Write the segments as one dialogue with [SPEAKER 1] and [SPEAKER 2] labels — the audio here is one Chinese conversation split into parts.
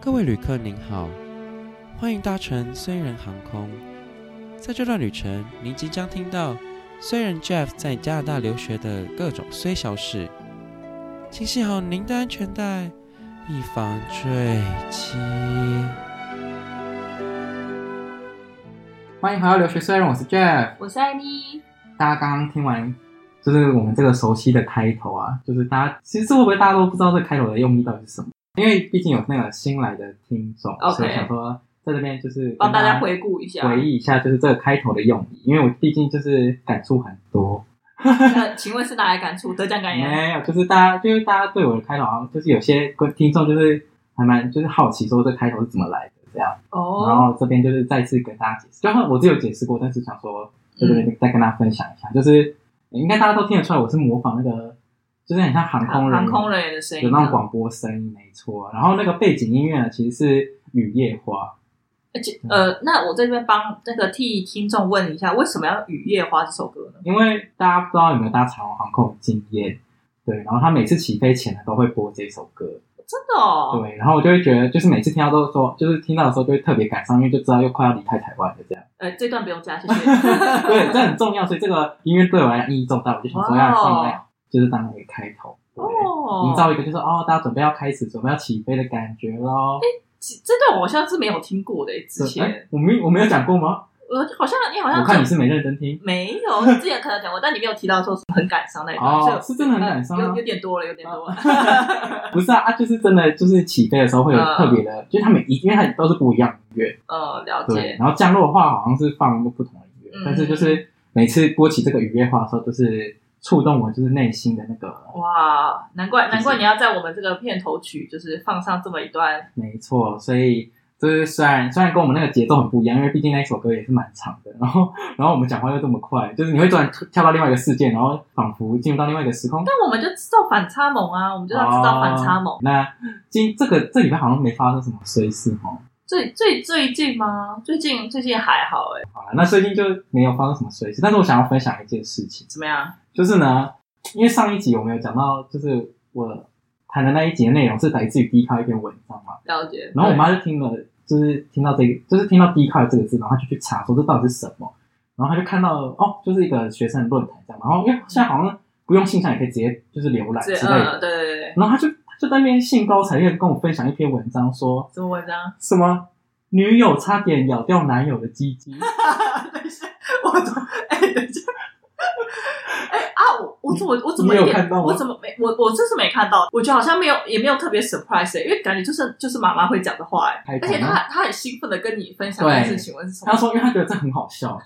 [SPEAKER 1] 各位旅客您好，欢迎搭乘虽然航空。在这段旅程，您即将听到虽然 Jeff 在加拿大留学的各种虽小事。请系好您的安全带，以防坠机。
[SPEAKER 2] 欢迎回到留学虽然我是 Jeff。
[SPEAKER 3] 我是艾妮，
[SPEAKER 2] 大家刚刚听完，就是我们这个熟悉的开头啊，就是大家其实会不会大家都不知道这个开头的用意到底是什么？因为毕竟有那个新来的听众
[SPEAKER 3] OK
[SPEAKER 2] 所以想说在这边就是跟
[SPEAKER 3] 帮大家回顾一下。
[SPEAKER 2] 回忆一下，就是这个开头的用意。因为我毕竟就是感触很多，
[SPEAKER 3] 那请问是哪来感触？得奖感言？
[SPEAKER 2] 没有，就是大家就是大家对我的开头好像就是有些观听众就是还蛮就是好奇说这开头是怎么来的这样。然
[SPEAKER 3] 哦，
[SPEAKER 2] 后这边就是再次跟大家解释，就算我只有解释过，但是想说在这
[SPEAKER 3] 嗯
[SPEAKER 2] 边再跟大家分享一下，就是应该大家都听得出来，我是模仿那个，就是很像航空人
[SPEAKER 3] 航空人员的声音
[SPEAKER 2] 有
[SPEAKER 3] 啊，
[SPEAKER 2] 那种广播声音，没错。然后那个背景音乐呢，其实是雨夜花，
[SPEAKER 3] 而且呃，那我这边帮那个替听众问一下，为什么要《雨夜花》这首歌呢？
[SPEAKER 2] 因为大家不知道有没有搭长荣航空的经验，对。然后他每次起飞前呢都会播这首歌，
[SPEAKER 3] 真的哦，
[SPEAKER 2] 对。然后我就会觉得，就是每次听到都说，就是听到的时候就会特别感伤，因为就知道又快要离开台湾了这样。
[SPEAKER 3] 呃，这段不用加，谢 谢。
[SPEAKER 2] 对，这很重要，所以这个音乐对我来讲意义重大，我就想说要放在就是当一个开头，对，
[SPEAKER 3] 哦，
[SPEAKER 2] 营造一个就是哦，大家准备要开始，准备要起飞的感觉咯。
[SPEAKER 3] 这这段我好像是没有听过的，之
[SPEAKER 2] 对哎
[SPEAKER 3] 前
[SPEAKER 2] 我没我没有讲过吗？
[SPEAKER 3] 我好像你好像
[SPEAKER 2] 我看你是没认真听
[SPEAKER 3] 没 有，之前可能讲过，但你没有提到说很感伤那一段，所
[SPEAKER 2] 哦，
[SPEAKER 3] 以
[SPEAKER 2] 是真的很感伤
[SPEAKER 3] 有
[SPEAKER 2] 啊
[SPEAKER 3] 有。点多了，有点 多了。
[SPEAKER 2] 不是啊，啊，就是真的，就是起飞的时候会有
[SPEAKER 3] 嗯
[SPEAKER 2] 特别的，就是他们一因为它都是不一样的音乐，
[SPEAKER 3] 呃，了
[SPEAKER 2] 对，
[SPEAKER 3] 解。
[SPEAKER 2] 然后降落的话好像是放不同的音乐，
[SPEAKER 3] 嗯
[SPEAKER 2] 但是就是每次播起这个愉悦花的时候，就是触动我就是内心的那个，
[SPEAKER 3] 哇，难怪
[SPEAKER 2] 就是
[SPEAKER 3] 难怪你要在我们这个片头曲就是放上这么一段，
[SPEAKER 2] 没错，所以就是虽然虽然跟我们那个节奏很不一样，因为毕竟那一首歌也是蛮长的，然后然后我们讲话又这么快， 就是你会突然跳到另外一个世界，然后仿佛进入到另外一个时空。
[SPEAKER 3] 但我们就知道反差萌啊，我们就啊要知道反差萌。
[SPEAKER 2] 哦那今这个这礼拜好像没发生什么衰事哦。
[SPEAKER 3] 最最最近吗？最近最近还好哎、
[SPEAKER 2] 好了，那最近就没有发生什么衰事，但是我想要分享一件事情，
[SPEAKER 3] 怎么样？
[SPEAKER 2] 就是呢，因为上一集我们有讲到，就是我谈的那一集的内容是来自于 D 咖一篇文章嘛，
[SPEAKER 3] 了解。
[SPEAKER 2] 然后我妈就听了，就是听到这个，就是听到 d 卡这个字，然后她就去查说这到底是什么，然后她就看到哦，就是一个学生的论坛这样，然后因为现在好像不用信箱也可以直接就是浏览之
[SPEAKER 3] 对
[SPEAKER 2] 类
[SPEAKER 3] 是嗯，
[SPEAKER 2] 的，
[SPEAKER 3] 对对对，
[SPEAKER 2] 然后她就她就在那边兴高采烈地跟我分享一篇文章说，
[SPEAKER 3] 什么 文章？
[SPEAKER 2] 什么女友差点咬掉男友的鸡鸡，
[SPEAKER 3] 等一下，我哎、等一下，哎、啊，我我怎么我怎么
[SPEAKER 2] 你有
[SPEAKER 3] 一点
[SPEAKER 2] 看到吗
[SPEAKER 3] 我怎么没我我这是没看到，我觉得好像没有也没有特别 surprise，、欸、因为感觉就是就是妈妈会讲的话哎、
[SPEAKER 2] 开头
[SPEAKER 3] 而
[SPEAKER 2] 呢
[SPEAKER 3] 且她她很兴奋的跟你分享这件
[SPEAKER 2] 嗯对
[SPEAKER 3] 事情，问是什么
[SPEAKER 2] 她？说因为她觉得这很好笑，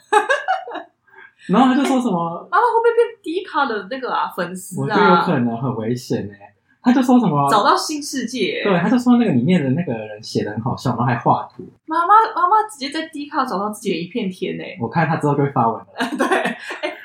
[SPEAKER 2] 然后她就说什么，
[SPEAKER 3] 妈妈会不会变迪卡的那个啊粉丝
[SPEAKER 2] 我觉得有
[SPEAKER 3] 啊？
[SPEAKER 2] 可能很危险哎、她就说什么。
[SPEAKER 3] 找到新世界、
[SPEAKER 2] 对，她就说那个里面的那个人写的很好笑，然后还画图，
[SPEAKER 3] 妈妈妈妈直接在 D 卡找到自己的一片天 呢、
[SPEAKER 2] 我看她之后就会发文了。
[SPEAKER 3] 对，哎、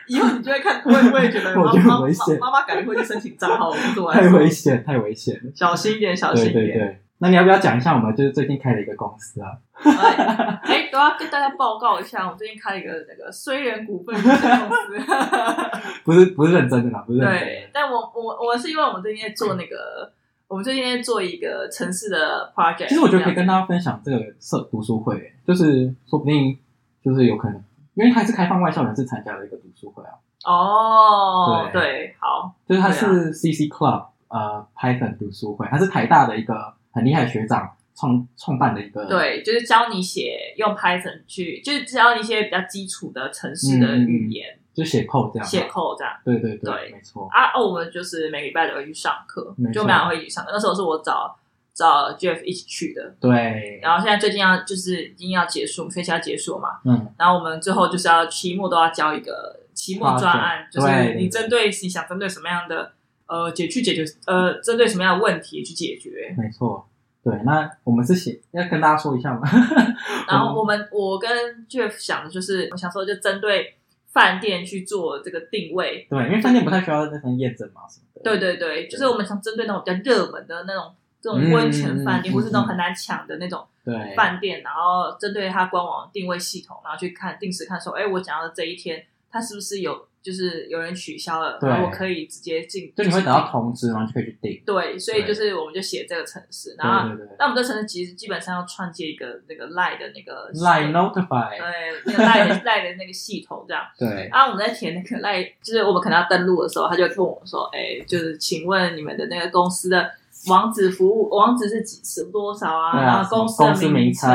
[SPEAKER 3] 以后你就会看， 我也我也觉得
[SPEAKER 2] 我
[SPEAKER 3] 妈
[SPEAKER 2] 觉得
[SPEAKER 3] 妈
[SPEAKER 2] 很危险
[SPEAKER 3] 妈妈妈感觉会去申请账号工作，
[SPEAKER 2] 太危，险，太危险了。
[SPEAKER 3] 小心一点，小心
[SPEAKER 2] 对
[SPEAKER 3] 一点。
[SPEAKER 2] 对对，那你要不要讲一下我们就是最近开了一个公司啊？
[SPEAKER 3] 哎、哎都要跟大家报告一下，我最近开了一个那个虽然股份有限 公司，
[SPEAKER 2] 不是不是认真的啦，不是认真
[SPEAKER 3] 对
[SPEAKER 2] 的。，
[SPEAKER 3] 但我我我是因为我们最近在做那个，我们最近在做一个城市的 project，
[SPEAKER 2] 其实我觉得可以
[SPEAKER 3] 这样
[SPEAKER 2] 跟大家分享这个社读书会、就是说不定就是有可能，因为它是开放外校人士参加的一个读书会啊，
[SPEAKER 3] 哦，
[SPEAKER 2] 对
[SPEAKER 3] 对，好，
[SPEAKER 2] 就是它
[SPEAKER 3] 对啊
[SPEAKER 2] 是 CC Club 呃 Python 读书会，它是台大的一个很厉害的学长创创办的一个
[SPEAKER 3] 对，就是教你写用 Python 去，就是教你一些比较基础的城市的语言、
[SPEAKER 2] 就写扣嗯这样嘛
[SPEAKER 3] 写扣这样。
[SPEAKER 2] 对对
[SPEAKER 3] 对
[SPEAKER 2] 没错，
[SPEAKER 3] 啊，哦，我们就是每个礼拜都会去上课
[SPEAKER 2] 没，错
[SPEAKER 3] 就我们俩会一起上课。那时候是我找找 Jeff 一起去的，
[SPEAKER 2] 对，
[SPEAKER 3] 然后现在最近要就是已经要结束，学期要结束了嘛，
[SPEAKER 2] 嗯，
[SPEAKER 3] 然后我们最后就是要期末都要交一个期末专案，
[SPEAKER 2] 对
[SPEAKER 3] 就是你针对你想针对什么样的呃解去解决呃针对什么样的问题去解决。
[SPEAKER 2] 没错，对。那我们是写要跟大家说一下吗？
[SPEAKER 3] 然
[SPEAKER 2] 嗯
[SPEAKER 3] 后我们我跟 Jeff 想的就是，我想说就针对饭店去做这个定位，
[SPEAKER 2] 对，因为饭店不太需要那层验证嘛什么的。
[SPEAKER 3] 对对对，就是我们想针对那种比较热门的那种。这种温泉饭店，
[SPEAKER 2] 嗯
[SPEAKER 3] 或是那种很难抢的那种
[SPEAKER 2] 对，
[SPEAKER 3] 饭店，然后针对它官网定位系统，然后去看定时看说，哎，我想要的这一天，它是不是有就是有人取消了，
[SPEAKER 2] 对
[SPEAKER 3] 然后我可以直接进，
[SPEAKER 2] 就你会等到通知，然后就可以去订。
[SPEAKER 3] 对，所以
[SPEAKER 2] 对
[SPEAKER 3] 就是我们就写这个城市，然后
[SPEAKER 2] 对对对
[SPEAKER 3] 那我们这城市其实基本上要串接一个那个 Line 的那个
[SPEAKER 2] ，Line Notify，
[SPEAKER 3] 对，那个 Line 的 Line 的那个系统这样。
[SPEAKER 2] 对
[SPEAKER 3] 啊，我们在填那个 Line，就是我们可能要登录的时候，他就会问我说：“哎，就是请问你们的那个公司的网址服务网址是几是多少啊？
[SPEAKER 2] 对啊
[SPEAKER 3] 然后公司
[SPEAKER 2] 公司
[SPEAKER 3] 的名
[SPEAKER 2] 名称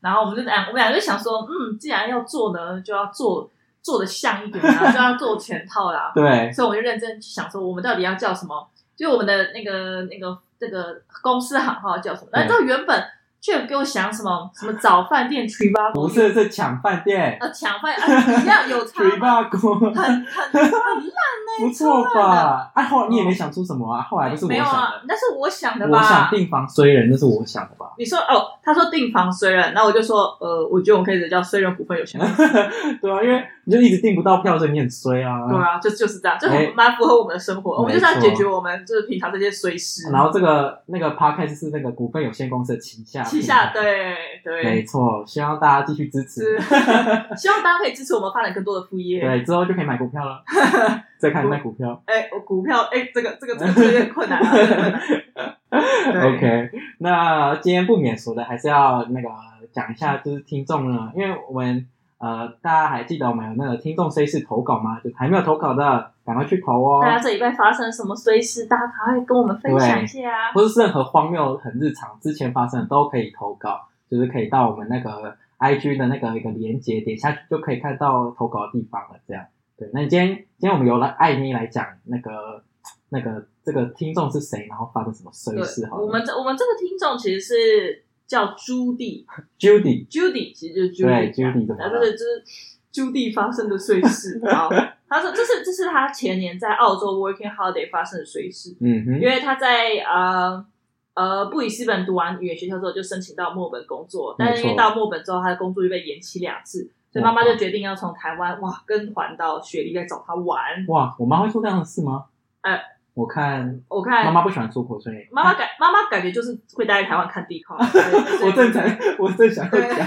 [SPEAKER 3] 然后我们就哎俩我们俩就想说，嗯，既然要做呢，就要做做的像一点啊，就要做全套啦。
[SPEAKER 2] 对
[SPEAKER 3] 所以我就认真去想说，我们到底要叫什么？就我们的那个那个那个公司行号叫什么？
[SPEAKER 2] 对
[SPEAKER 3] 那知道原本却给我想什么什么早饭店 t r i b a
[SPEAKER 2] 不是是抢饭店
[SPEAKER 3] 呃抢饭啊，一样有差
[SPEAKER 2] 嘴巴
[SPEAKER 3] 吗？
[SPEAKER 2] 锅，
[SPEAKER 3] 很很很
[SPEAKER 2] 不错吧？啊，后来你也没想出什么啊，后来就是我
[SPEAKER 3] 哦没有
[SPEAKER 2] 想
[SPEAKER 3] 啊
[SPEAKER 2] 的，，
[SPEAKER 3] 那是我想的吧？
[SPEAKER 2] 我想订房虽人，那是我想的吧？
[SPEAKER 3] 你说哦，他说订房虽然，那我就说呃，我觉得我们可以直接叫虽然股份有 限公司，
[SPEAKER 2] 对啊，因为你就一直订不到票，所以你很衰啊。
[SPEAKER 3] 对啊，就就是这样，就
[SPEAKER 2] 哎
[SPEAKER 3] 很蛮符合我们的生活。我们就是要
[SPEAKER 2] 没错
[SPEAKER 3] 解决我们就是平常这些随时
[SPEAKER 2] 然后这个那个 podcast 是那个股份有限公司的旗下，
[SPEAKER 3] 旗下，对
[SPEAKER 2] 没
[SPEAKER 3] 对，
[SPEAKER 2] 错，希望大家继续支持
[SPEAKER 3] 是， 希望大家可以支持我们发展更多的副业。
[SPEAKER 2] 对，之后就可以买股票 了，再开始卖股票。
[SPEAKER 3] 哎，我股票哎，这个这个这个这个有点困难啊，这个困难。 对
[SPEAKER 2] OK，那今天不免俗的，还是要那个讲一下，就是听众呢，因为我们呃，大家还记得我们有那个听众随时投稿吗？就还没有投稿的，赶快去投哦
[SPEAKER 3] 大。家这礼拜发生什么随时大家赶快跟我们分享一下啊！
[SPEAKER 2] 或是任何荒谬、很日常、之前发生的都可以投稿，就是可以到我们那个 IG 的那个一个连接点下去，就可以看到投稿的地方了。这样，对。那你今天今天我们由来艾米来讲那个那个这个听众是谁，然后发生什么碎事
[SPEAKER 3] 对，
[SPEAKER 2] 好了。
[SPEAKER 3] 我们这我们这个听众其实是叫朱棣
[SPEAKER 2] Judy，
[SPEAKER 3] ，Judy 其实就是
[SPEAKER 2] 对
[SPEAKER 3] Judy，
[SPEAKER 2] Judy 怎么
[SPEAKER 3] 然
[SPEAKER 2] 了
[SPEAKER 3] 后这是就是朱棣发生的碎事。然后他说这是这是他前年在澳洲 Working Holiday 发生的碎事，
[SPEAKER 2] 嗯哼
[SPEAKER 3] 因，为他在呃呃布里斯本读完语言学校之后，就申请到墨本工作，但是因
[SPEAKER 2] 没
[SPEAKER 3] 为
[SPEAKER 2] 错
[SPEAKER 3] 到墨本之后，他的工作就被延期两次，所以
[SPEAKER 2] 哇
[SPEAKER 3] 妈妈就决定要从台湾哇跟环岛雪梨来找他玩。
[SPEAKER 2] 哇，我妈会做这样的事吗？
[SPEAKER 3] 哎
[SPEAKER 2] 我看
[SPEAKER 3] 我
[SPEAKER 2] 妈
[SPEAKER 3] 看
[SPEAKER 2] 妈不喜欢出国，所以
[SPEAKER 3] 哎妈妈感妈妈感觉就是会待在台湾看地靠，所以
[SPEAKER 2] 我正想，我正想要
[SPEAKER 3] 对
[SPEAKER 2] 讲，，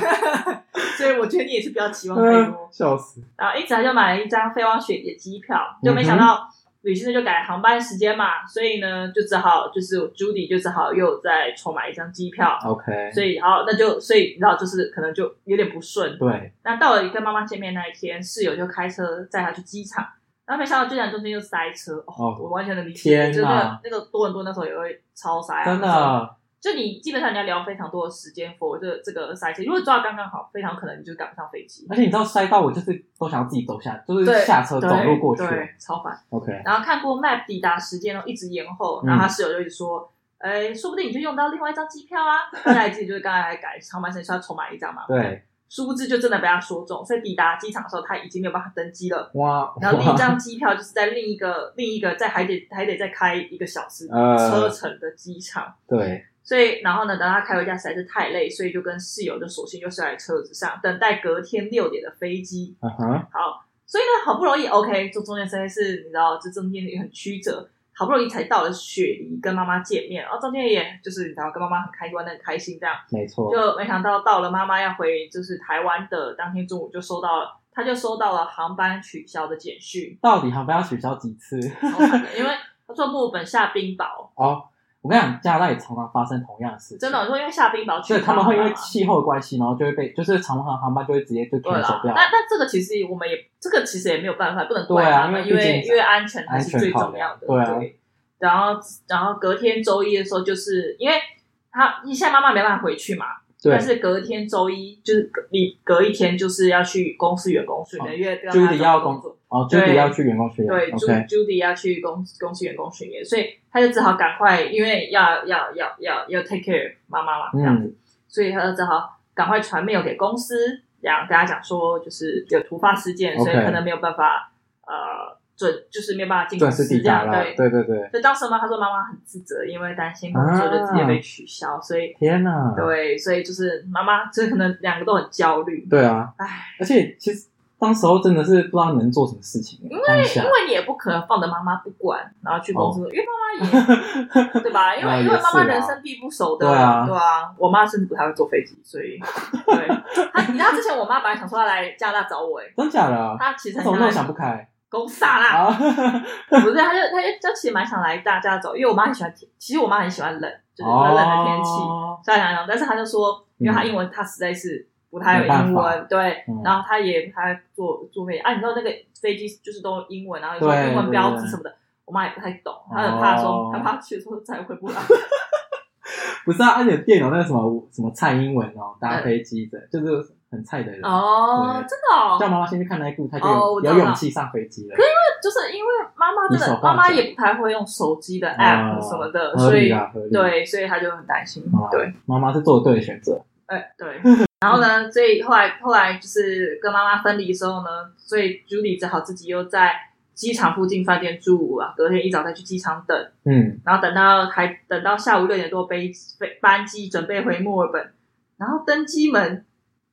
[SPEAKER 3] 所以我觉得你也是不要 期望太
[SPEAKER 2] 嗯
[SPEAKER 3] 多。
[SPEAKER 2] 笑死，
[SPEAKER 3] 然后因此他就买了一张飞往雪梨的机票，就
[SPEAKER 2] 嗯
[SPEAKER 3] 没想到旅行社就改航班时间嘛，所以呢就只好就是 Judy 就只好又再重买一张机票，
[SPEAKER 2] 哦 OK，
[SPEAKER 3] 所以好那就所以你知道就是可能就有点不顺。
[SPEAKER 2] 对，
[SPEAKER 3] 那到了跟妈妈见面那一天，室友就开车载她去机场，然后没想到机场中间又塞车，哦，
[SPEAKER 2] 哦
[SPEAKER 3] 我完全能理
[SPEAKER 2] 天哪
[SPEAKER 3] 解，就是那个那个多伦多那时候也会超塞、啊，
[SPEAKER 2] 真
[SPEAKER 3] 那时候
[SPEAKER 2] 的，
[SPEAKER 3] 就你基本上你要聊非常多的时间，for 这这个塞车，如果抓得刚刚好，非常可能你就赶不上飞机。
[SPEAKER 2] 而且你知道塞到我就是都想要自己走下，就是
[SPEAKER 3] 对
[SPEAKER 2] 下车走路过去
[SPEAKER 3] 对，对超烦。
[SPEAKER 2] ，OK，
[SPEAKER 3] 然后看过 map 抵达时间哦，一直延后，
[SPEAKER 2] 嗯
[SPEAKER 3] 然后他室友就一直说，哎、说不定你就用到另外一张机票 啊。后来自己就是刚才还改长班生，说要重买一张嘛，
[SPEAKER 2] 对，
[SPEAKER 3] 殊不知就真的被他说中，所以抵达机场的时候他已经没有办法登 机了。
[SPEAKER 2] 哇，
[SPEAKER 3] 然后另一
[SPEAKER 2] 哇
[SPEAKER 3] 张机票就是在另一个另一个在还得还得再开一个小时
[SPEAKER 2] 呃
[SPEAKER 3] 车程的机场，
[SPEAKER 2] 对，
[SPEAKER 3] 所以，然后呢，等到他开回家实在是太累，所以就跟室友就索性就睡在车子上，等待隔天六点的飞机。
[SPEAKER 2] 嗯哼，
[SPEAKER 3] 好，所以呢，好不容易 OK，这中间实在是你知道，这中间也很曲折，好不容易才到了雪梨跟妈妈见面，然后中间也就是你知道跟妈妈很开心，玩的很开心这样，
[SPEAKER 2] 没错，
[SPEAKER 3] 就没想到到了妈妈要回就是台湾的当天中午就收到了，他就收到了航班取消的简讯，
[SPEAKER 2] 到底航班要取消几次？
[SPEAKER 3] 超惨的因为他说墨尔本下冰雹，
[SPEAKER 2] 哦，我跟你讲，加拿大也常常发生同样的事情，
[SPEAKER 3] 真的，我哦说因为下冰雹取
[SPEAKER 2] 所
[SPEAKER 3] 消
[SPEAKER 2] 以他们会因为
[SPEAKER 3] 嘛
[SPEAKER 2] 气候的关系，然后就会被，就是长航航班就会直接就
[SPEAKER 3] 对
[SPEAKER 2] cancel
[SPEAKER 3] 啦，
[SPEAKER 2] 掉，
[SPEAKER 3] 那那这个其实我们也这个其实也没有办法，不能怪
[SPEAKER 2] 对啊
[SPEAKER 3] 他们，
[SPEAKER 2] 因
[SPEAKER 3] 因
[SPEAKER 2] 为毕
[SPEAKER 3] 为
[SPEAKER 2] 竟
[SPEAKER 3] 因为安全还是最
[SPEAKER 2] 安全考
[SPEAKER 3] 重
[SPEAKER 2] 量
[SPEAKER 3] 要的。
[SPEAKER 2] 对啊
[SPEAKER 3] 然后然后隔天周一的时候，就是因为他你现在妈妈没办法回去嘛，
[SPEAKER 2] 对
[SPEAKER 3] 但是隔天周一就是隔你隔一天就是要去公司员工训练，因为跟他
[SPEAKER 2] 哦 Judy 要
[SPEAKER 3] 工
[SPEAKER 2] 工
[SPEAKER 3] 作。
[SPEAKER 2] 哦
[SPEAKER 3] 对
[SPEAKER 2] ，Judy 要去员工学院
[SPEAKER 3] 对，Ju-
[SPEAKER 2] ，OK，嗯
[SPEAKER 3] ，Judy 要去公公司员工训练，所以他就只好赶快，因为要要要要要 take care 妈妈嘛，这样子，
[SPEAKER 2] 嗯，
[SPEAKER 3] 所以他就只好赶快传 mail 给公司，讲跟他讲说，就是有突发事件
[SPEAKER 2] OK
[SPEAKER 3] 所以可能没有办法呃准，就是没有办法进公
[SPEAKER 2] 准时
[SPEAKER 3] 司
[SPEAKER 2] 抵
[SPEAKER 3] 这
[SPEAKER 2] 达
[SPEAKER 3] 样
[SPEAKER 2] 啦，
[SPEAKER 3] 对。
[SPEAKER 2] 对对对，
[SPEAKER 3] 所以当时妈他说妈妈很自责，因为担心工作就直接被取消，所以
[SPEAKER 2] 天哪，
[SPEAKER 3] 对，所以就是妈妈，就是可能两个都很焦虑，
[SPEAKER 2] 啊 对啊
[SPEAKER 3] 唉，
[SPEAKER 2] 而且其实当时候真的是不知道能做什么事情，因为
[SPEAKER 3] 因为你也不可能放着妈妈不管，然后去公司，因为妈妈也 对吧？因
[SPEAKER 2] 那
[SPEAKER 3] 为
[SPEAKER 2] 也
[SPEAKER 3] 因为妈妈
[SPEAKER 2] 哦是啊
[SPEAKER 3] 人生地不熟的，
[SPEAKER 2] 对啊
[SPEAKER 3] 对啊，我妈甚至不太会坐飞机，所以对，她你知道之前我妈本来想说要来加拿大找我，哎，
[SPEAKER 2] 真假的啊，
[SPEAKER 3] 她其实
[SPEAKER 2] 那
[SPEAKER 3] 很
[SPEAKER 2] 怎么那
[SPEAKER 3] 想
[SPEAKER 2] 么
[SPEAKER 3] 来
[SPEAKER 2] 想不开？啊
[SPEAKER 3] 公萨
[SPEAKER 2] 好，
[SPEAKER 3] 啦，不是，他就他就他其实蛮想来大家走，因为我妈很喜欢天，其实我妈很喜欢冷， 就是冷冷的天气，
[SPEAKER 2] 哦
[SPEAKER 3] 所以她想想，但是他就说，因为他英文他实在是不太有英
[SPEAKER 2] 没办
[SPEAKER 3] 文，对，
[SPEAKER 2] 嗯
[SPEAKER 3] 然后他也不太坐坐飞机啊，你知道那个飞机就是都英文，然后有
[SPEAKER 2] 对
[SPEAKER 3] 英文标志
[SPEAKER 2] 对
[SPEAKER 3] 什么的。我妈也不太懂，她很怕说
[SPEAKER 2] 哦，
[SPEAKER 3] 她怕去的时候再也回不 来。
[SPEAKER 2] 不是啊，而且电脑那个什么什么蔡英文哦，搭飞机的，就是很菜的人。
[SPEAKER 3] 嗯哦，
[SPEAKER 2] 对
[SPEAKER 3] 真的哦，
[SPEAKER 2] 叫妈妈先去看那一部，她就
[SPEAKER 3] 哦
[SPEAKER 2] 有
[SPEAKER 3] 我知道
[SPEAKER 2] 有勇气上飞机了。
[SPEAKER 3] 就是因为妈妈真
[SPEAKER 2] 以手
[SPEAKER 3] 的，
[SPEAKER 2] 画脚
[SPEAKER 3] 妈妈也不太会用手机的 app 什么的，
[SPEAKER 2] 哦合
[SPEAKER 3] 所
[SPEAKER 2] 理
[SPEAKER 3] 以
[SPEAKER 2] 啊，合理。，
[SPEAKER 3] 对，所以她就很担心
[SPEAKER 2] 哦。
[SPEAKER 3] 对，
[SPEAKER 2] 妈妈是做对的选择。
[SPEAKER 3] 哎，对。然后呢，所以后来后来就是跟妈妈分离之后呢，所以 Judy 只好自己又在机场附近饭店住啊，隔天一早再去机场等，
[SPEAKER 2] 嗯，
[SPEAKER 3] 然后等到还等到下午六点多飞飞班机准备回墨尔本，然后登机门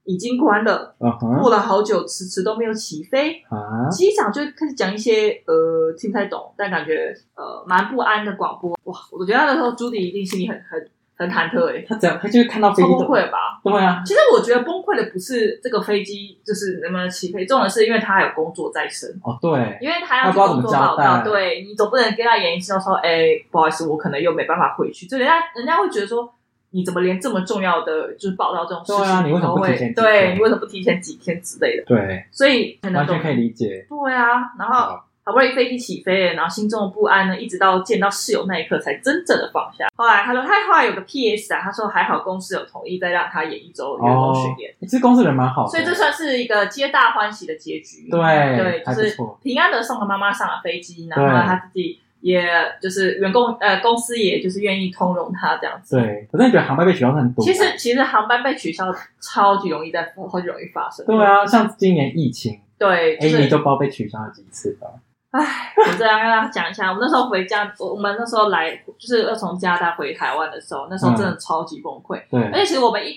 [SPEAKER 3] 已经关了，
[SPEAKER 2] 嗯哼，
[SPEAKER 3] 过了好久，迟迟都没有起飞。
[SPEAKER 2] 啊，
[SPEAKER 3] 机长就开始讲一些呃听不太懂，但感觉呃蛮不安的广播。哇，我觉得那时候 Judy 一定心里很很很忐忑哎、
[SPEAKER 2] 她只要她就是看到飞
[SPEAKER 3] 超
[SPEAKER 2] 机
[SPEAKER 3] 崩
[SPEAKER 2] 都
[SPEAKER 3] 溃吧？
[SPEAKER 2] 对啊，
[SPEAKER 3] 其实我觉得崩溃的不是这个飞机就是能不能起飞，重点是因为他还有工作在身，
[SPEAKER 2] 哦对，
[SPEAKER 3] 因为他
[SPEAKER 2] 他
[SPEAKER 3] 要去
[SPEAKER 2] 不知道
[SPEAKER 3] 工作
[SPEAKER 2] 怎么交
[SPEAKER 3] 报
[SPEAKER 2] 代
[SPEAKER 3] 道，对你总不能跟他演一次说，哎、不好意思，我可能又没办法回去，就人家人家会觉得说。你怎么连这么重要的就是报道这种事
[SPEAKER 2] 对啊
[SPEAKER 3] 情，
[SPEAKER 2] 你为什么
[SPEAKER 3] 都
[SPEAKER 2] 不
[SPEAKER 3] 会
[SPEAKER 2] 提前几天
[SPEAKER 3] 对你为什么不提前几天之类的？
[SPEAKER 2] 对，
[SPEAKER 3] 所以可能
[SPEAKER 2] 完
[SPEAKER 3] 懂
[SPEAKER 2] 全可以理解。
[SPEAKER 3] 对啊，然后
[SPEAKER 2] 好
[SPEAKER 3] 好不容易飞机起飞了，然后心中的不安呢，一直到见到室友那一刻才真正的放下。后来他说，他后来有个 P.S. 啊，他说还好公司有同意再让他演一周员工巡演，
[SPEAKER 2] 哦其实公司人蛮好的，
[SPEAKER 3] 所以这算是一个皆大欢喜的结局。
[SPEAKER 2] 对
[SPEAKER 3] 对，
[SPEAKER 2] 还
[SPEAKER 3] 就
[SPEAKER 2] 不
[SPEAKER 3] 是
[SPEAKER 2] 错，
[SPEAKER 3] 平安的送了妈妈上了飞机，然后
[SPEAKER 2] 对
[SPEAKER 3] 他自己也就是员工呃公司也就是愿意通融他这样子。
[SPEAKER 2] 对，我真的觉得航班被取消是很多。啊
[SPEAKER 3] 其实其实航班被取消超级容易在超级容易发生。
[SPEAKER 2] 对啊，像今年疫情，
[SPEAKER 3] 对，就
[SPEAKER 2] 哎，
[SPEAKER 3] 是
[SPEAKER 2] 你就包被取消了几次吧？
[SPEAKER 3] 唉，我这样跟大家讲一下，我们那时候回家，我我们那时候来就是要从加拿大回台湾的时候，那时候真的超级崩溃。
[SPEAKER 2] 嗯对
[SPEAKER 3] 而，且其实我们一，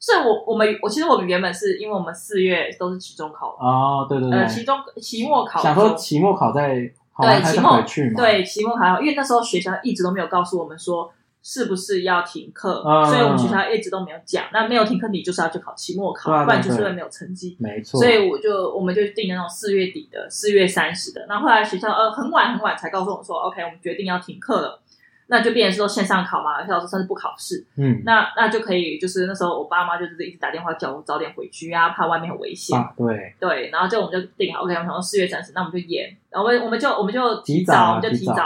[SPEAKER 3] 是我我们我其实我们原本是因为我们四月都是期中考，
[SPEAKER 2] 哦，对对
[SPEAKER 3] 呃，
[SPEAKER 2] 对
[SPEAKER 3] 期，中呃期末考
[SPEAKER 2] 想说期末考在考完才
[SPEAKER 3] 期
[SPEAKER 2] 再
[SPEAKER 3] 末
[SPEAKER 2] 回去嘛？，
[SPEAKER 3] 对期末还好，因为那时候学校一直都没有告诉我们说是不是要停课，
[SPEAKER 2] 嗯
[SPEAKER 3] 所以我们学校一直都没有讲。那没有停课，你就是要去考期末考，
[SPEAKER 2] 对啊
[SPEAKER 3] 不然就
[SPEAKER 2] 对
[SPEAKER 3] 是
[SPEAKER 2] 对
[SPEAKER 3] 会没有成绩。
[SPEAKER 2] 没错。
[SPEAKER 3] 所以我就我们就定那种四月底的，四月三十的。然后后来学校呃很晚很晚才告诉我们说，OK，我们决定要停课了。那就变成说线上考嘛，而且老师甚至不考试，
[SPEAKER 2] 嗯，
[SPEAKER 3] 那那就可以就是那时候我爸妈就是一直打电话叫我早点回去啊，怕外面很危险。
[SPEAKER 2] 啊，对，
[SPEAKER 3] 对，然后就我们就定好，OK，我们想说四月三十，那我们就演，然后我们我们就我们就
[SPEAKER 2] 提早
[SPEAKER 3] 早，我
[SPEAKER 2] 啊
[SPEAKER 3] 们就提
[SPEAKER 2] 提早
[SPEAKER 3] 早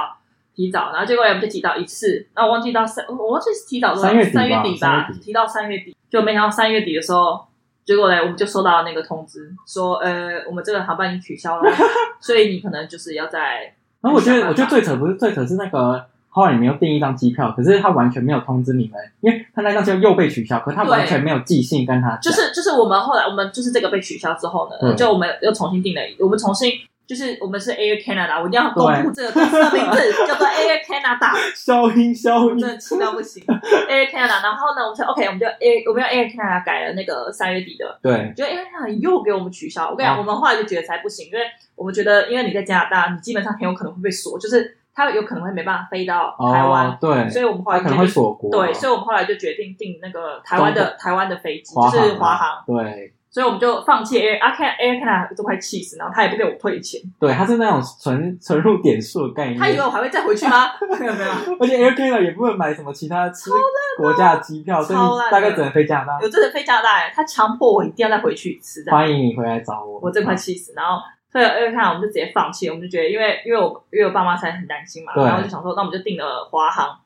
[SPEAKER 3] 提早，然后结果我们就提到一次，然后我忘记到三，我忘记是提早多少，
[SPEAKER 2] 三月底吧
[SPEAKER 3] 三月底吧
[SPEAKER 2] 三月，底
[SPEAKER 3] 提到三月底，就没想到三月底的时候，结果呢，我们就收到那个通知说，呃，我们这个航班已经取消了，所以你可能就是要在
[SPEAKER 2] 然后我觉
[SPEAKER 3] 想办法
[SPEAKER 2] 得，我觉得最扯不是最扯是那个。后来你们又订一张机票，可是他完全没有通知你们，因为他那张机票又被取消，可是他
[SPEAKER 3] 对
[SPEAKER 2] 完全没有寄信跟他讲，
[SPEAKER 3] 就是就是我们后来我们就是这个被取消之后呢，
[SPEAKER 2] 嗯
[SPEAKER 3] 就我们又重新定了，我们重新。就是我们是 Air Canada，我一定要公布这个公司的名 字，叫做 Air Canada。
[SPEAKER 2] 消音消
[SPEAKER 3] 我
[SPEAKER 2] 音
[SPEAKER 3] 真，的气到不行。Air Canada，然后呢，我们就 OK，我们就 Air，我们用 Air Canada 改了那个三月底的，
[SPEAKER 2] 对，
[SPEAKER 3] 就 Air Canada 又给我们取消。我跟你讲，
[SPEAKER 2] 啊
[SPEAKER 3] 我们后来就觉得才不行，因为我们觉得，因为你在加拿大，你基本上很有可能会被锁，就是它有可能会没办法飞到台湾，
[SPEAKER 2] 哦，对，
[SPEAKER 3] 所以我们后
[SPEAKER 2] 他
[SPEAKER 3] 来
[SPEAKER 2] 可能会
[SPEAKER 3] 决定。
[SPEAKER 2] 锁国，啊
[SPEAKER 3] 对，所以我们后来就决定订那个台湾的台湾的飞机，就是
[SPEAKER 2] 华
[SPEAKER 3] 华
[SPEAKER 2] 啊
[SPEAKER 3] 航，
[SPEAKER 2] 对
[SPEAKER 3] 所以我们就放弃 Air，阿 Can Air Canada 都快气死，然后他也不给我退钱，
[SPEAKER 2] 对，它是那种存存入点数的概念。
[SPEAKER 3] 他以为我还会再回 去吗？没有没有，
[SPEAKER 2] 而且 Air Canada 也不会买什么其他吃国家的机票，所以
[SPEAKER 3] 啊超烂的啊
[SPEAKER 2] 大概只能飞加拿大。
[SPEAKER 3] 有真的飞加拿大，他强迫我一定要再回去一次，这样。
[SPEAKER 2] 欢迎你回来找我。
[SPEAKER 3] 我这块气死。然后所以二看我们就直接放弃，我们就觉得因为因为我因为我爸妈才很担心嘛，
[SPEAKER 2] 对
[SPEAKER 3] 然后我就想说那我们就订了华航，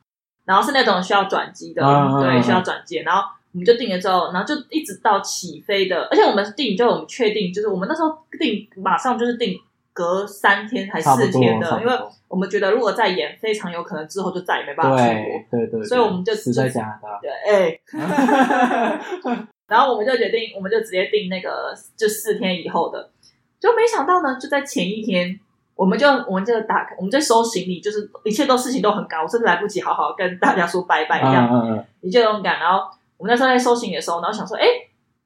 [SPEAKER 3] 然后是那种需要转机的，
[SPEAKER 2] 嗯嗯
[SPEAKER 3] 对，
[SPEAKER 2] 嗯
[SPEAKER 3] 需要转机的，然后。我们就订了之后，然后就一直到起飞的，而且我们订就我们确定，就是我们那时候订马上就是订隔三天还
[SPEAKER 2] 差不
[SPEAKER 3] 四
[SPEAKER 2] 多，
[SPEAKER 3] 天
[SPEAKER 2] 差
[SPEAKER 3] 的，
[SPEAKER 2] 不
[SPEAKER 3] 因为
[SPEAKER 2] 多
[SPEAKER 3] 我们觉得如果再延，非常有可能之后就再也没办法出国。
[SPEAKER 2] 对对对，
[SPEAKER 3] 所以我们就
[SPEAKER 2] 死在加拿 大。
[SPEAKER 3] 对，哎、然后我们就决定，我们就直接定那个就四天以后的，就没想到呢，就在前一天，我们就我们就打开，我们在收行李，就是一切都事情都很赶，我甚至来不及好好跟大家说拜拜一
[SPEAKER 2] 嗯
[SPEAKER 3] 样，
[SPEAKER 2] 嗯嗯，
[SPEAKER 3] 你就勇敢。然后我们那时候在收行李的时候，然后想说，哎，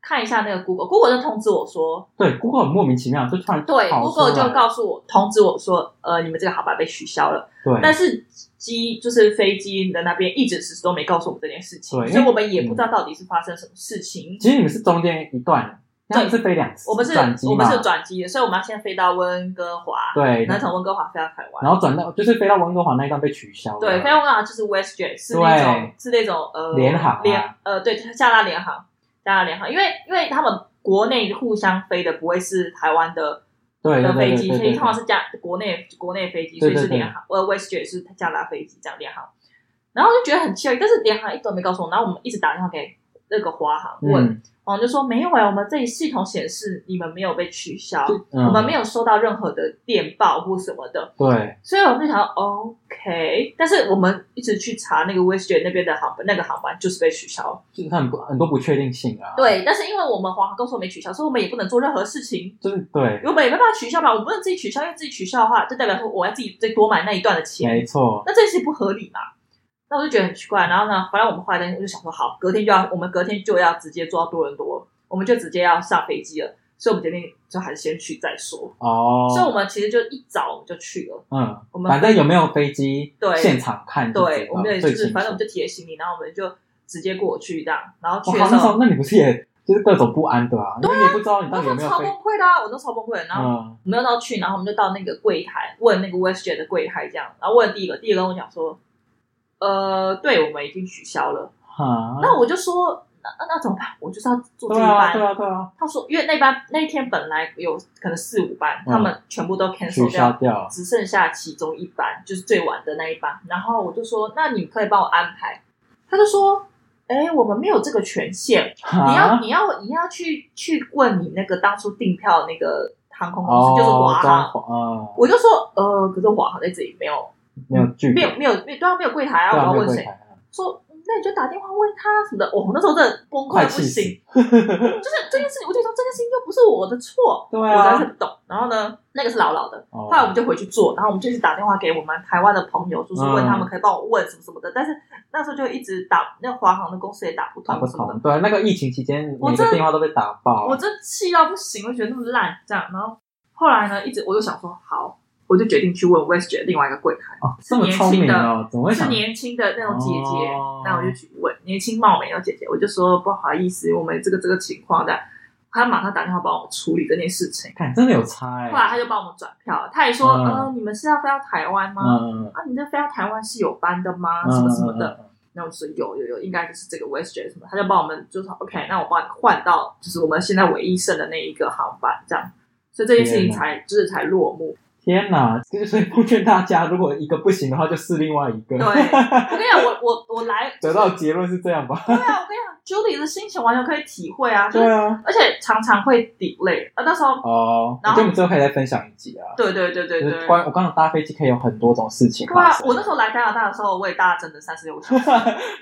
[SPEAKER 3] 看一下那个 Google，Google 就通知我说，
[SPEAKER 2] 对，Google 很莫名其妙就突然
[SPEAKER 3] 对
[SPEAKER 2] 跑出来
[SPEAKER 3] ，Google 就告诉我通知我说，呃，你们这个航班被取消了。
[SPEAKER 2] 对，
[SPEAKER 3] 但是机就是飞机的那边一直迟迟都没告诉我们这件事情，
[SPEAKER 2] 对嗯
[SPEAKER 3] 所以我们也不知道到底是发生什么事情。
[SPEAKER 2] 其实你们是中间一段那是飞两次，
[SPEAKER 3] 我们是
[SPEAKER 2] 转机嘛
[SPEAKER 3] 我们是转机的，所以我们要先飞到温哥华，
[SPEAKER 2] 对，
[SPEAKER 3] 然后从温哥华飞到台湾。
[SPEAKER 2] 然后转到就是飞到温哥华那一段被取消了，
[SPEAKER 3] 对，飞到温哥华就是 WestJet，是那种
[SPEAKER 2] 对
[SPEAKER 3] 是那种呃
[SPEAKER 2] 联航啊
[SPEAKER 3] 联呃对加拿大联航，加拿大联航，因为因为他们国内互相飞的不会是台湾的
[SPEAKER 2] 对
[SPEAKER 3] 的
[SPEAKER 2] 对
[SPEAKER 3] 飞
[SPEAKER 2] 对
[SPEAKER 3] 机，
[SPEAKER 2] 对
[SPEAKER 3] 所以
[SPEAKER 2] 对
[SPEAKER 3] 通常是加国内国内飞机，所
[SPEAKER 2] 对
[SPEAKER 3] 以是
[SPEAKER 2] 对对
[SPEAKER 3] 联航，呃 WestJet 是加拿大飞机这样联航，然后我就觉得很气，但是联航一直都没告诉我，然后我们一直打电话给那个华航问，
[SPEAKER 2] 嗯，
[SPEAKER 3] 华航就说没有哎、我们这里系统显示你们没有被取消，
[SPEAKER 2] 就
[SPEAKER 3] 啊我们
[SPEAKER 2] 嗯
[SPEAKER 3] 没有收到任何的电报或什么的，
[SPEAKER 2] 对
[SPEAKER 3] 所以我们就想到 OK，但是我们一直去查那个 WestJet 那边的航班，那个航班就是被取消。
[SPEAKER 2] 就是很不很多不确定性啊，，
[SPEAKER 3] 对，但是因为我们华航公司没取消，所以我们也不能做任何事情，
[SPEAKER 2] 就是对，
[SPEAKER 3] 我们也没办法取消嘛，我不能自己取消，因为自己取消的话，就代表说我要自己再多买那一段的钱，
[SPEAKER 2] 没错，
[SPEAKER 3] 那这些不合理嘛。那我就觉得很奇怪，然后呢，反正我们后来我就想说，好，隔天就要，我们隔天就要直接坐到多伦多，我们就直接要上飞机了，所以我们决定就还是先去再说。
[SPEAKER 2] 哦，
[SPEAKER 3] 所以我们其实就一早我们就去了，
[SPEAKER 2] 嗯，
[SPEAKER 3] 我们
[SPEAKER 2] 反正有没有飞机，
[SPEAKER 3] 对
[SPEAKER 2] 现场看就知道，
[SPEAKER 3] 对，我们也就
[SPEAKER 2] 最
[SPEAKER 3] 是，
[SPEAKER 2] 清
[SPEAKER 3] 反正我们
[SPEAKER 2] 楚。
[SPEAKER 3] 就提了行李，然后我们就直接过去这样，然后去
[SPEAKER 2] 哇，
[SPEAKER 3] 的时
[SPEAKER 2] 那时候
[SPEAKER 3] 候，
[SPEAKER 2] 哦那你不是也就是各种不安对吧？因为你也不知道你
[SPEAKER 3] 啊我
[SPEAKER 2] 到底有
[SPEAKER 3] 都
[SPEAKER 2] 没有
[SPEAKER 3] 超
[SPEAKER 2] 飞
[SPEAKER 3] 崩，溃的、啊，我都超崩溃的。然后
[SPEAKER 2] 嗯，
[SPEAKER 3] 我们要到去，然后我们就到那个柜台问那个 WestJet 的柜台这样，然后问第一个，第一个跟我讲说，呃，对我们已经取消了。
[SPEAKER 2] 哈，
[SPEAKER 3] 那我就说，那那那怎么办？我就是要坐这
[SPEAKER 2] 嗯
[SPEAKER 3] 一
[SPEAKER 2] 对啊，对
[SPEAKER 3] 班。
[SPEAKER 2] 啊，对啊，
[SPEAKER 3] 他说，因为那班那一天本来有可能四五班，
[SPEAKER 2] 嗯
[SPEAKER 3] 他们全部都
[SPEAKER 2] 取
[SPEAKER 3] cancel
[SPEAKER 2] 消
[SPEAKER 3] 掉，
[SPEAKER 2] 掉，
[SPEAKER 3] 只剩下其中一班，就是最晚的那一班。然后我就说，那你可以帮我安排。他就说，哎、我们没有这个权限，啊你要
[SPEAKER 2] 哈，
[SPEAKER 3] 你要你要去去问你那个当初订票那个航空公司，
[SPEAKER 2] 哦，
[SPEAKER 3] 就是华
[SPEAKER 2] 装
[SPEAKER 3] 航。
[SPEAKER 2] 潢，嗯，
[SPEAKER 3] 我就说，呃，可是华航在这里没有
[SPEAKER 2] 没有距离，
[SPEAKER 3] 没有没有没有对啊，没有柜台啊，
[SPEAKER 2] 嗯对
[SPEAKER 3] 我
[SPEAKER 2] 啊，
[SPEAKER 3] 要
[SPEAKER 2] 没有
[SPEAKER 3] 问
[SPEAKER 2] 柜
[SPEAKER 3] 谁？
[SPEAKER 2] 台啊，
[SPEAKER 3] 说那你就打电话问他什么的。我、那时候真的崩溃
[SPEAKER 2] 快
[SPEAKER 3] 得
[SPEAKER 2] 气
[SPEAKER 3] 不
[SPEAKER 2] 死
[SPEAKER 3] 行，就是这件事情，我就说这件事情又不是我的错，
[SPEAKER 2] 对
[SPEAKER 3] 我当时
[SPEAKER 2] 啊，
[SPEAKER 3] 不懂。然后呢，那个是老老的，
[SPEAKER 2] 哦
[SPEAKER 3] 后来我们就回去做，然后我们就去打电话给我们台湾的朋友，
[SPEAKER 2] 嗯
[SPEAKER 3] 就是问他们可以帮我问什么什么的。但是那时候就一直打，那华航的公司也打不
[SPEAKER 2] 打不
[SPEAKER 3] 通什么的
[SPEAKER 2] 通，。对，啊那个疫情期间
[SPEAKER 3] 我
[SPEAKER 2] 每
[SPEAKER 3] 真
[SPEAKER 2] 个
[SPEAKER 3] 的
[SPEAKER 2] 电话都被打爆，
[SPEAKER 3] 我真气到不行，我觉得那么烂这样。然后后来呢，一直我就想说，好，我就决定去问 WestJet 另外一个柜台，
[SPEAKER 2] 哦这么聪明哦，怎么会
[SPEAKER 3] 是
[SPEAKER 2] 想？
[SPEAKER 3] 年轻的那种姐姐。
[SPEAKER 2] 哦
[SPEAKER 3] 那我就去问年轻貌美的姐姐，我就说不好意思，我们这个这个情况的，她马上打电话帮我处理这件事情。
[SPEAKER 2] 看真的有差
[SPEAKER 3] 后来
[SPEAKER 2] 哎，
[SPEAKER 3] 她就帮我们转票，她也说，
[SPEAKER 2] 嗯
[SPEAKER 3] 呃，你们是要飞到台湾吗？
[SPEAKER 2] 嗯，
[SPEAKER 3] 啊，你这飞到台湾是有班的吗？
[SPEAKER 2] 嗯
[SPEAKER 3] 什么什么的。，
[SPEAKER 2] 嗯嗯
[SPEAKER 3] 那我说有有有，应该就是这个 WestJet 什么，他就帮我们就说 OK，那我帮你换到就是我们现在唯一剩的那一个航班这样，所以这件事情
[SPEAKER 2] 天哪
[SPEAKER 3] 才就是才落幕。
[SPEAKER 2] 天哪！这个所以奉劝大家，如果一个不行的话，就试另外一个。
[SPEAKER 3] 对，我跟你讲，我我我来，
[SPEAKER 2] 得到结论是这样吧？
[SPEAKER 3] 对啊，我跟你讲，Julie 的心情完全可以体会啊，就是、
[SPEAKER 2] 对啊，
[SPEAKER 3] 而且常常会 delay 啊，到时候
[SPEAKER 2] 哦，我
[SPEAKER 3] 然
[SPEAKER 2] 觉
[SPEAKER 3] 后
[SPEAKER 2] 得我们之后可以再分享一集啊。
[SPEAKER 3] 对对对对
[SPEAKER 2] 就
[SPEAKER 3] 对，
[SPEAKER 2] 是关我刚刚搭飞机可以有很多种事情
[SPEAKER 3] 对啊
[SPEAKER 2] 发生。，
[SPEAKER 3] 我那时候来加拿大的时候，我也搭了整整三十六个 小时，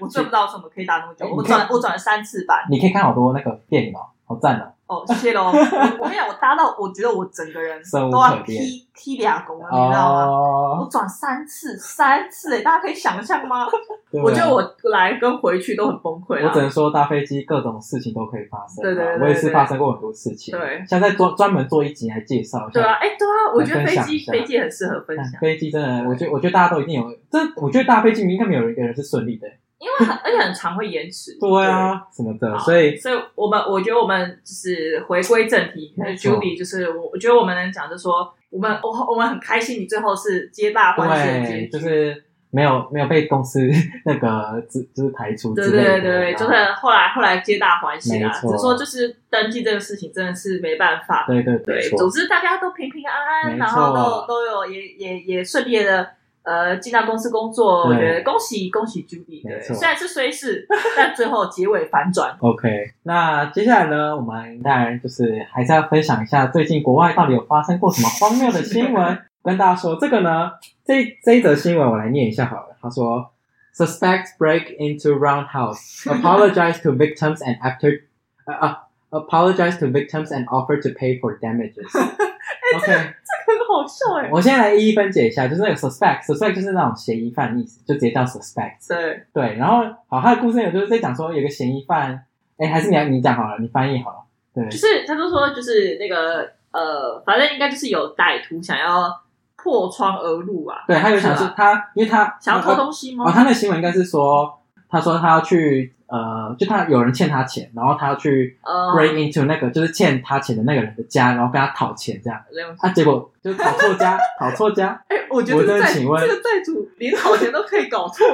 [SPEAKER 3] 我最不知道为什么可以搭那么久，
[SPEAKER 2] 哎
[SPEAKER 3] 我
[SPEAKER 2] 你看
[SPEAKER 3] 转我转了三次班，
[SPEAKER 2] 你可以看好多那个电影哦，好赞哦！
[SPEAKER 3] 哦，谢 喽！我跟你讲，我搭到我觉得我整个人
[SPEAKER 2] 生无
[SPEAKER 3] 都要
[SPEAKER 2] 可恋
[SPEAKER 3] 踢踢俩拱了，啊你知道吗？我
[SPEAKER 2] 哦，
[SPEAKER 3] 转三次，三次哎，大家可以想象吗？
[SPEAKER 2] 对啊
[SPEAKER 3] 我觉得我来跟回去都很崩溃
[SPEAKER 2] 我只
[SPEAKER 3] 啦。
[SPEAKER 2] 能说搭飞机各种事情都可以发生啊。
[SPEAKER 3] 对对对对
[SPEAKER 2] 我也是发生过很多事情。
[SPEAKER 3] 对
[SPEAKER 2] 现在专专门做一集来介绍一下。
[SPEAKER 3] 对啊，哎，对啊，我觉得
[SPEAKER 2] 嗯来
[SPEAKER 3] 飞
[SPEAKER 2] 分享
[SPEAKER 3] 机
[SPEAKER 2] 一下嗯
[SPEAKER 3] 飞机也很适合分
[SPEAKER 2] 但
[SPEAKER 3] 享，
[SPEAKER 2] 飞机真的，我觉得我觉得大家都一定有，这我觉得搭飞机应该没有一个人是顺利的。
[SPEAKER 3] 因为很而且很常会延迟。
[SPEAKER 2] 对啊，什么的，
[SPEAKER 3] 好
[SPEAKER 2] 所以
[SPEAKER 3] 对，所以我们我觉得我们就是回归正题
[SPEAKER 2] 没错
[SPEAKER 3] ，Judy 就是我我觉得我们能讲就是说，我们我我们很开心，你最后是皆大欢喜的结
[SPEAKER 2] 对，
[SPEAKER 3] 局
[SPEAKER 2] 就。是没有没有被公司 那个之就是排除之
[SPEAKER 3] 对
[SPEAKER 2] 类的，啊
[SPEAKER 3] 对对，就是后来后来皆大欢喜啦。
[SPEAKER 2] 没
[SPEAKER 3] 只
[SPEAKER 2] 错
[SPEAKER 3] 是说就是登记这个事情真的是没办法。
[SPEAKER 2] 对对对，
[SPEAKER 3] 对，
[SPEAKER 2] 没错
[SPEAKER 3] 总之大家都平平安安，
[SPEAKER 2] 没错
[SPEAKER 3] 然后都都有也也也顺利的呃进到公司工作，我
[SPEAKER 2] 对
[SPEAKER 3] 觉得恭喜恭喜 Judy。
[SPEAKER 2] 没
[SPEAKER 3] 对，
[SPEAKER 2] 错
[SPEAKER 3] 虽然是虽是，但最后结尾反转。
[SPEAKER 2] OK，那接下来呢，我们当然就是还是要分享一下最近国外到底有发生过什么荒谬的新 闻。跟大家说，这个呢，这这一则新闻我来念一下好了。他说，Suspects break into roundhouse, apologize to victims and after，呃啊、apologize to victims and offer to pay for damages。OK，
[SPEAKER 3] 很好笑 哎、
[SPEAKER 2] 我现在来一一分解一下，就是那个 suspect，suspect 就是那种嫌疑犯的意思，就直接叫 suspect。
[SPEAKER 3] 对，
[SPEAKER 2] 对，然后好，他的故事有就是在讲说有个嫌疑犯，哎，还是你要你讲好了，你翻译好了。对
[SPEAKER 3] 就，是他就说就是那个呃，反正应该就是有歹徒想要破窗而入啊，
[SPEAKER 2] 对，他有想
[SPEAKER 3] 是
[SPEAKER 2] 说
[SPEAKER 3] 吧
[SPEAKER 2] 他，因为他哦
[SPEAKER 3] 想要偷
[SPEAKER 2] 他
[SPEAKER 3] 东西吗？
[SPEAKER 2] 哦，他那个新闻应该是说，他说他要去呃，就他有人欠他钱，然后他去
[SPEAKER 3] 呃，
[SPEAKER 2] break into 那个就是欠他钱的那个人的家，然后跟他讨钱这样，
[SPEAKER 3] 两
[SPEAKER 2] 他、结果就讨错 家，讨错家，
[SPEAKER 3] 哎，我觉得
[SPEAKER 2] 我
[SPEAKER 3] 这
[SPEAKER 2] 在
[SPEAKER 3] 个债
[SPEAKER 2] 请问
[SPEAKER 3] 这个债主连讨钱都可以搞错，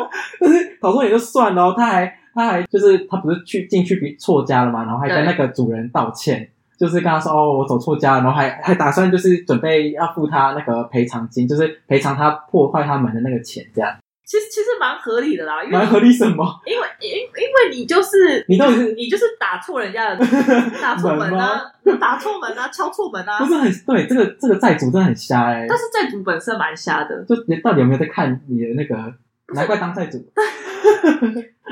[SPEAKER 2] 讨错也就算了哦，他还他还就是他不是去进去比错家了嘛，然后还跟
[SPEAKER 3] 对
[SPEAKER 2] 那个主人道歉，就是跟他说哦我走错家了，然后还还打算就是准备要付他那个赔偿金，就是赔偿他破坏他们的那个钱这样，
[SPEAKER 3] 其实其实蛮合理的啦，因为
[SPEAKER 2] 蛮合理什么？
[SPEAKER 3] 因为因因为你就是
[SPEAKER 2] 你到底是
[SPEAKER 3] 你就是打错人家 的打错门 啊，打错门啊，敲错门啊
[SPEAKER 2] 不，是很对，这个这个债主真的很瞎哎、
[SPEAKER 3] 但是债主本身蛮瞎的，
[SPEAKER 2] 就你到底有没有在看你的那个？难怪当债主，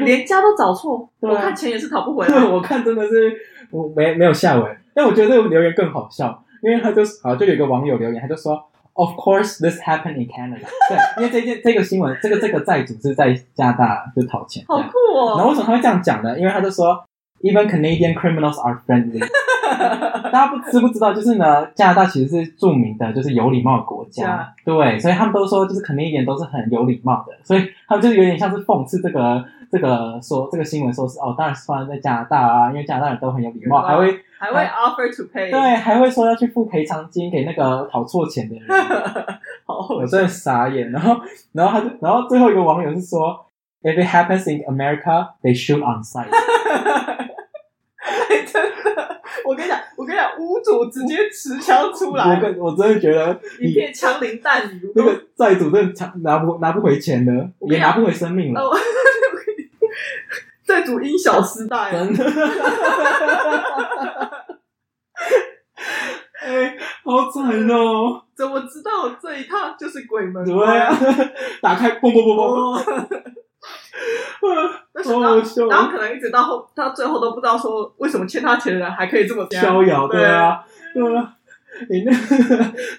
[SPEAKER 3] 连家都找错，
[SPEAKER 2] 对啊
[SPEAKER 3] 我看钱也是讨不回
[SPEAKER 2] 对，啊
[SPEAKER 3] 来。
[SPEAKER 2] 我看真的是我没没有下文。但我觉得这个留言更好笑，因为他就好就有一个网友留言，他就说，Of course this happened in Canada 。对，因为这件这个新闻，这个这个债主是在加拿大就讨钱。
[SPEAKER 3] 好
[SPEAKER 2] 对
[SPEAKER 3] 酷
[SPEAKER 2] 然后
[SPEAKER 3] 哦！
[SPEAKER 2] 为什么他会这样讲呢？因为他就说，Even Canadian criminals are friendly。大家不知不知道，就是呢，加拿大其实是著名的，就是有礼貌的国家，对，所以他们都说，就是 Canadian 都是很有礼貌的，所以他们就是有点像是讽刺这个这个说这个新闻，说是哦，当然是发生在加拿大啊，因为加拿大人都很有礼貌，
[SPEAKER 3] 有礼貌
[SPEAKER 2] 还会
[SPEAKER 3] 还会 offer to pay，
[SPEAKER 2] 对，啊还会说要去付赔偿金给那个讨错钱的人，
[SPEAKER 3] 好
[SPEAKER 2] 我真的傻眼。然后，然后他就，然后最后一个网友是说，If it happens in America, they shoot on sight。
[SPEAKER 3] 真的，我跟你讲，我跟你讲，屋主直接持枪出
[SPEAKER 2] 我
[SPEAKER 3] 来，
[SPEAKER 2] 跟我真的觉得
[SPEAKER 3] 一
[SPEAKER 2] 你
[SPEAKER 3] 片枪林弹雨。
[SPEAKER 2] 那个债主真的拿拿不拿不回钱了，
[SPEAKER 3] 我
[SPEAKER 2] 也
[SPEAKER 3] 跟你讲
[SPEAKER 2] 拿不回生命了，
[SPEAKER 3] 哦债主因小失大呀，
[SPEAKER 2] 真的。哎，好惨哦！
[SPEAKER 3] 怎么知道我这一趟就是鬼门
[SPEAKER 2] 对
[SPEAKER 3] 关
[SPEAKER 2] 啊？， 打开，嘣嘣嘣
[SPEAKER 3] 哦，
[SPEAKER 2] 嘣，
[SPEAKER 3] 那想
[SPEAKER 2] 好
[SPEAKER 3] 到
[SPEAKER 2] 好笑
[SPEAKER 3] 然后可能一直到后到最后都不知道说为什么欠他钱的人还可以这么瞎
[SPEAKER 2] 逍遥，对啊，对啊。 你那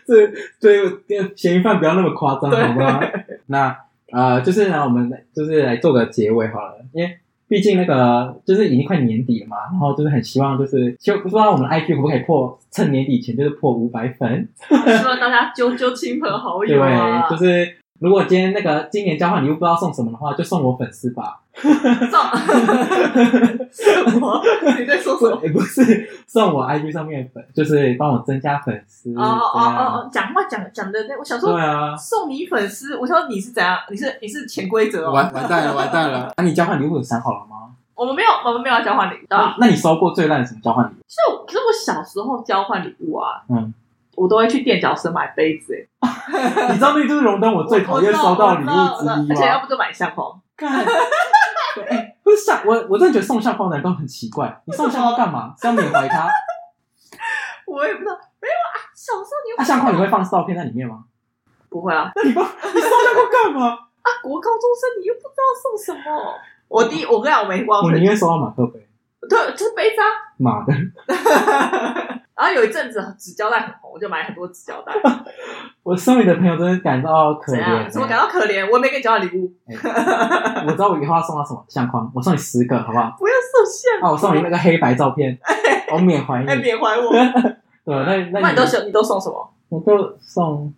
[SPEAKER 2] 这对嫌疑犯不要那么夸张，
[SPEAKER 3] 对
[SPEAKER 2] 好 吗？那呃，就是呢，我们就是来做个结尾好了，因为毕竟那个就是已经快年底了嘛，然后就是很希望就是希望不知道我们的 IG 可不可以破，趁年底前就是破五百粉，
[SPEAKER 3] 希望大家揪揪亲朋好
[SPEAKER 2] 对
[SPEAKER 3] 友啊，
[SPEAKER 2] 就是如果今天那个今年交换礼物不知道送什么的话，就送我粉丝吧。
[SPEAKER 3] 造 什么？你在说什
[SPEAKER 2] 不，
[SPEAKER 3] 么？
[SPEAKER 2] 诶 不是送我 IG 上面的粉，就是帮我增加粉丝。
[SPEAKER 3] 哦哦
[SPEAKER 2] 这样
[SPEAKER 3] 哦哦，讲话讲讲的那，我想说
[SPEAKER 2] 对啊。
[SPEAKER 3] 送你粉丝，我说你是怎样？你是你是潜规则哦？
[SPEAKER 2] 完完蛋了，完蛋了！那、你交换礼物有想好了吗？
[SPEAKER 3] 我们没有，我们没有要交换礼物啊。
[SPEAKER 2] 那你收过最烂的什么交换礼物？
[SPEAKER 3] 其实我，可是我小时候交换礼物啊，
[SPEAKER 2] 嗯，
[SPEAKER 3] 我都会去垫脚石买杯子、欸，
[SPEAKER 2] 你知道那就是荣登我最讨厌收到的礼物之
[SPEAKER 3] 我知道我知
[SPEAKER 2] 一
[SPEAKER 3] 道
[SPEAKER 2] 啊
[SPEAKER 3] 而且要
[SPEAKER 2] 吗？
[SPEAKER 3] 不就买相框，
[SPEAKER 2] 干， 对哎不是像我，我真的觉得送相框的人都很奇怪。你送相框干嘛？是要缅怀他？
[SPEAKER 3] 我也不知道，没有啊，小时候你又不
[SPEAKER 2] 那、
[SPEAKER 3] 知道
[SPEAKER 2] 相框你会放照片在里面吗？
[SPEAKER 3] 不会啊？
[SPEAKER 2] 你放你送相框干嘛？
[SPEAKER 3] 啊，国高中生你又不知道送什么。我第一，我跟你讲，我没光
[SPEAKER 2] 我
[SPEAKER 3] 水
[SPEAKER 2] 宁，愿收到马克杯。
[SPEAKER 3] 对，就是杯子啊。
[SPEAKER 2] 妈的，
[SPEAKER 3] 然后有一阵子纸胶带很红，我就买很多纸胶 带，
[SPEAKER 2] 我身为你的朋友真的感到哦可
[SPEAKER 3] 怎
[SPEAKER 2] 怜、
[SPEAKER 3] 样？怎么感到可怜？我也没给你交换礼物，
[SPEAKER 2] 我知道我以后要送他什么相框，我送你十个，好不好？
[SPEAKER 3] 不要受限。
[SPEAKER 2] 啊，我送你那个黑白照 片，我缅嗯怀你
[SPEAKER 3] 哎，。缅怀我。
[SPEAKER 2] 对，那
[SPEAKER 3] 那
[SPEAKER 2] 那
[SPEAKER 3] 你都送你都送什么
[SPEAKER 2] 我就送，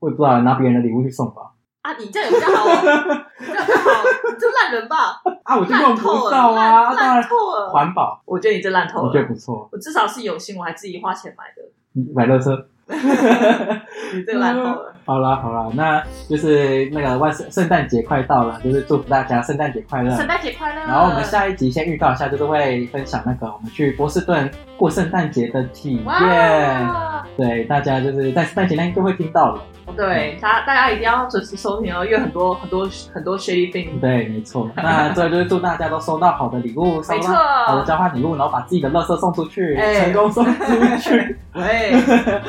[SPEAKER 2] 我也不知道拿别人的礼物去送吧。
[SPEAKER 3] 啊？你这样也比较好 哦，你这样比较好，你这烂人吧，
[SPEAKER 2] 啊，我就用
[SPEAKER 3] 烂
[SPEAKER 2] 不
[SPEAKER 3] 透了，
[SPEAKER 2] 到啊，
[SPEAKER 3] 烂
[SPEAKER 2] 当
[SPEAKER 3] 烂
[SPEAKER 2] 然
[SPEAKER 3] 透了。
[SPEAKER 2] 环保，
[SPEAKER 3] 我觉得你这烂透
[SPEAKER 2] 我觉得
[SPEAKER 3] 了，
[SPEAKER 2] 不错。
[SPEAKER 3] 我至少是有心，我还自己花钱买的，
[SPEAKER 2] 你买乐车，
[SPEAKER 3] 你这个烂透了。
[SPEAKER 2] 好啦好啦，那就是那个万圣圣诞节快到了，就是祝福大家圣诞节快乐。
[SPEAKER 3] 圣诞节快乐！
[SPEAKER 2] 啊然后我们下一集先预告一下，就是会分享那个我们去波士顿过圣诞节的体
[SPEAKER 3] 哦
[SPEAKER 2] 验。
[SPEAKER 3] 哇，
[SPEAKER 2] 对，大家就是在圣诞节那天就会听到 了。
[SPEAKER 3] 对，大大家一定要准时收听哦，因为很多很多很多 shady thing。
[SPEAKER 2] 对，没错。那最后就是祝大家都收到好的礼物，收
[SPEAKER 3] 没
[SPEAKER 2] 到好的
[SPEAKER 3] 错，
[SPEAKER 2] 交换礼物，然后把自己的乐色送出去，
[SPEAKER 3] 哎
[SPEAKER 2] 成功送出去。
[SPEAKER 3] 喂，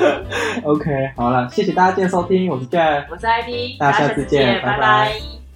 [SPEAKER 2] OK，好了，谢谢大家今天收听，我是 Jeff。
[SPEAKER 3] 我是 ID，
[SPEAKER 2] 大家下次见拜拜
[SPEAKER 3] 拜